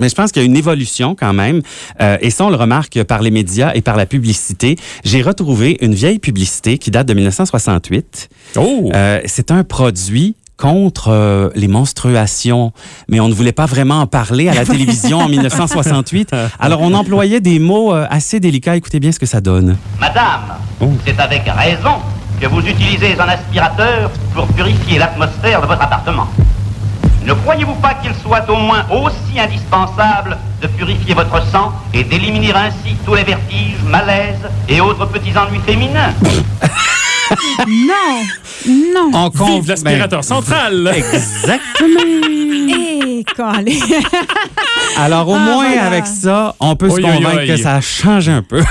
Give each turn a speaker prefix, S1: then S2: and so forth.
S1: Mais je pense qu'il y a une évolution quand même. Euh, et ça, on le remarque par les médias et par la publicité. J'ai retrouvé une vieille publicité qui date de 1968.
S2: Oh!
S1: Euh, c'est un produit contre euh, les menstruations, mais on ne voulait pas vraiment en parler à la télévision en 1968. Alors on employait des mots euh, assez délicats. Écoutez bien ce que ça donne.
S3: Madame, c'est avec raison que vous utilisez un aspirateur pour purifier l'atmosphère de votre appartement. Ne croyez-vous pas qu'il soit au moins aussi indispensable de purifier votre sang et d'éliminer ainsi tous les vertiges, malaises et autres petits ennuis féminins
S4: Non, non.
S1: On
S2: Vive l'aspirateur
S1: ben,
S2: central!
S1: Exactement.
S4: Eh, calé.
S1: Alors au
S4: Ah,
S1: moins
S4: voilà.
S1: avec ça, on peut se
S2: Oi, oi,
S1: convaincre
S2: oi.
S1: que ça a changé un peu.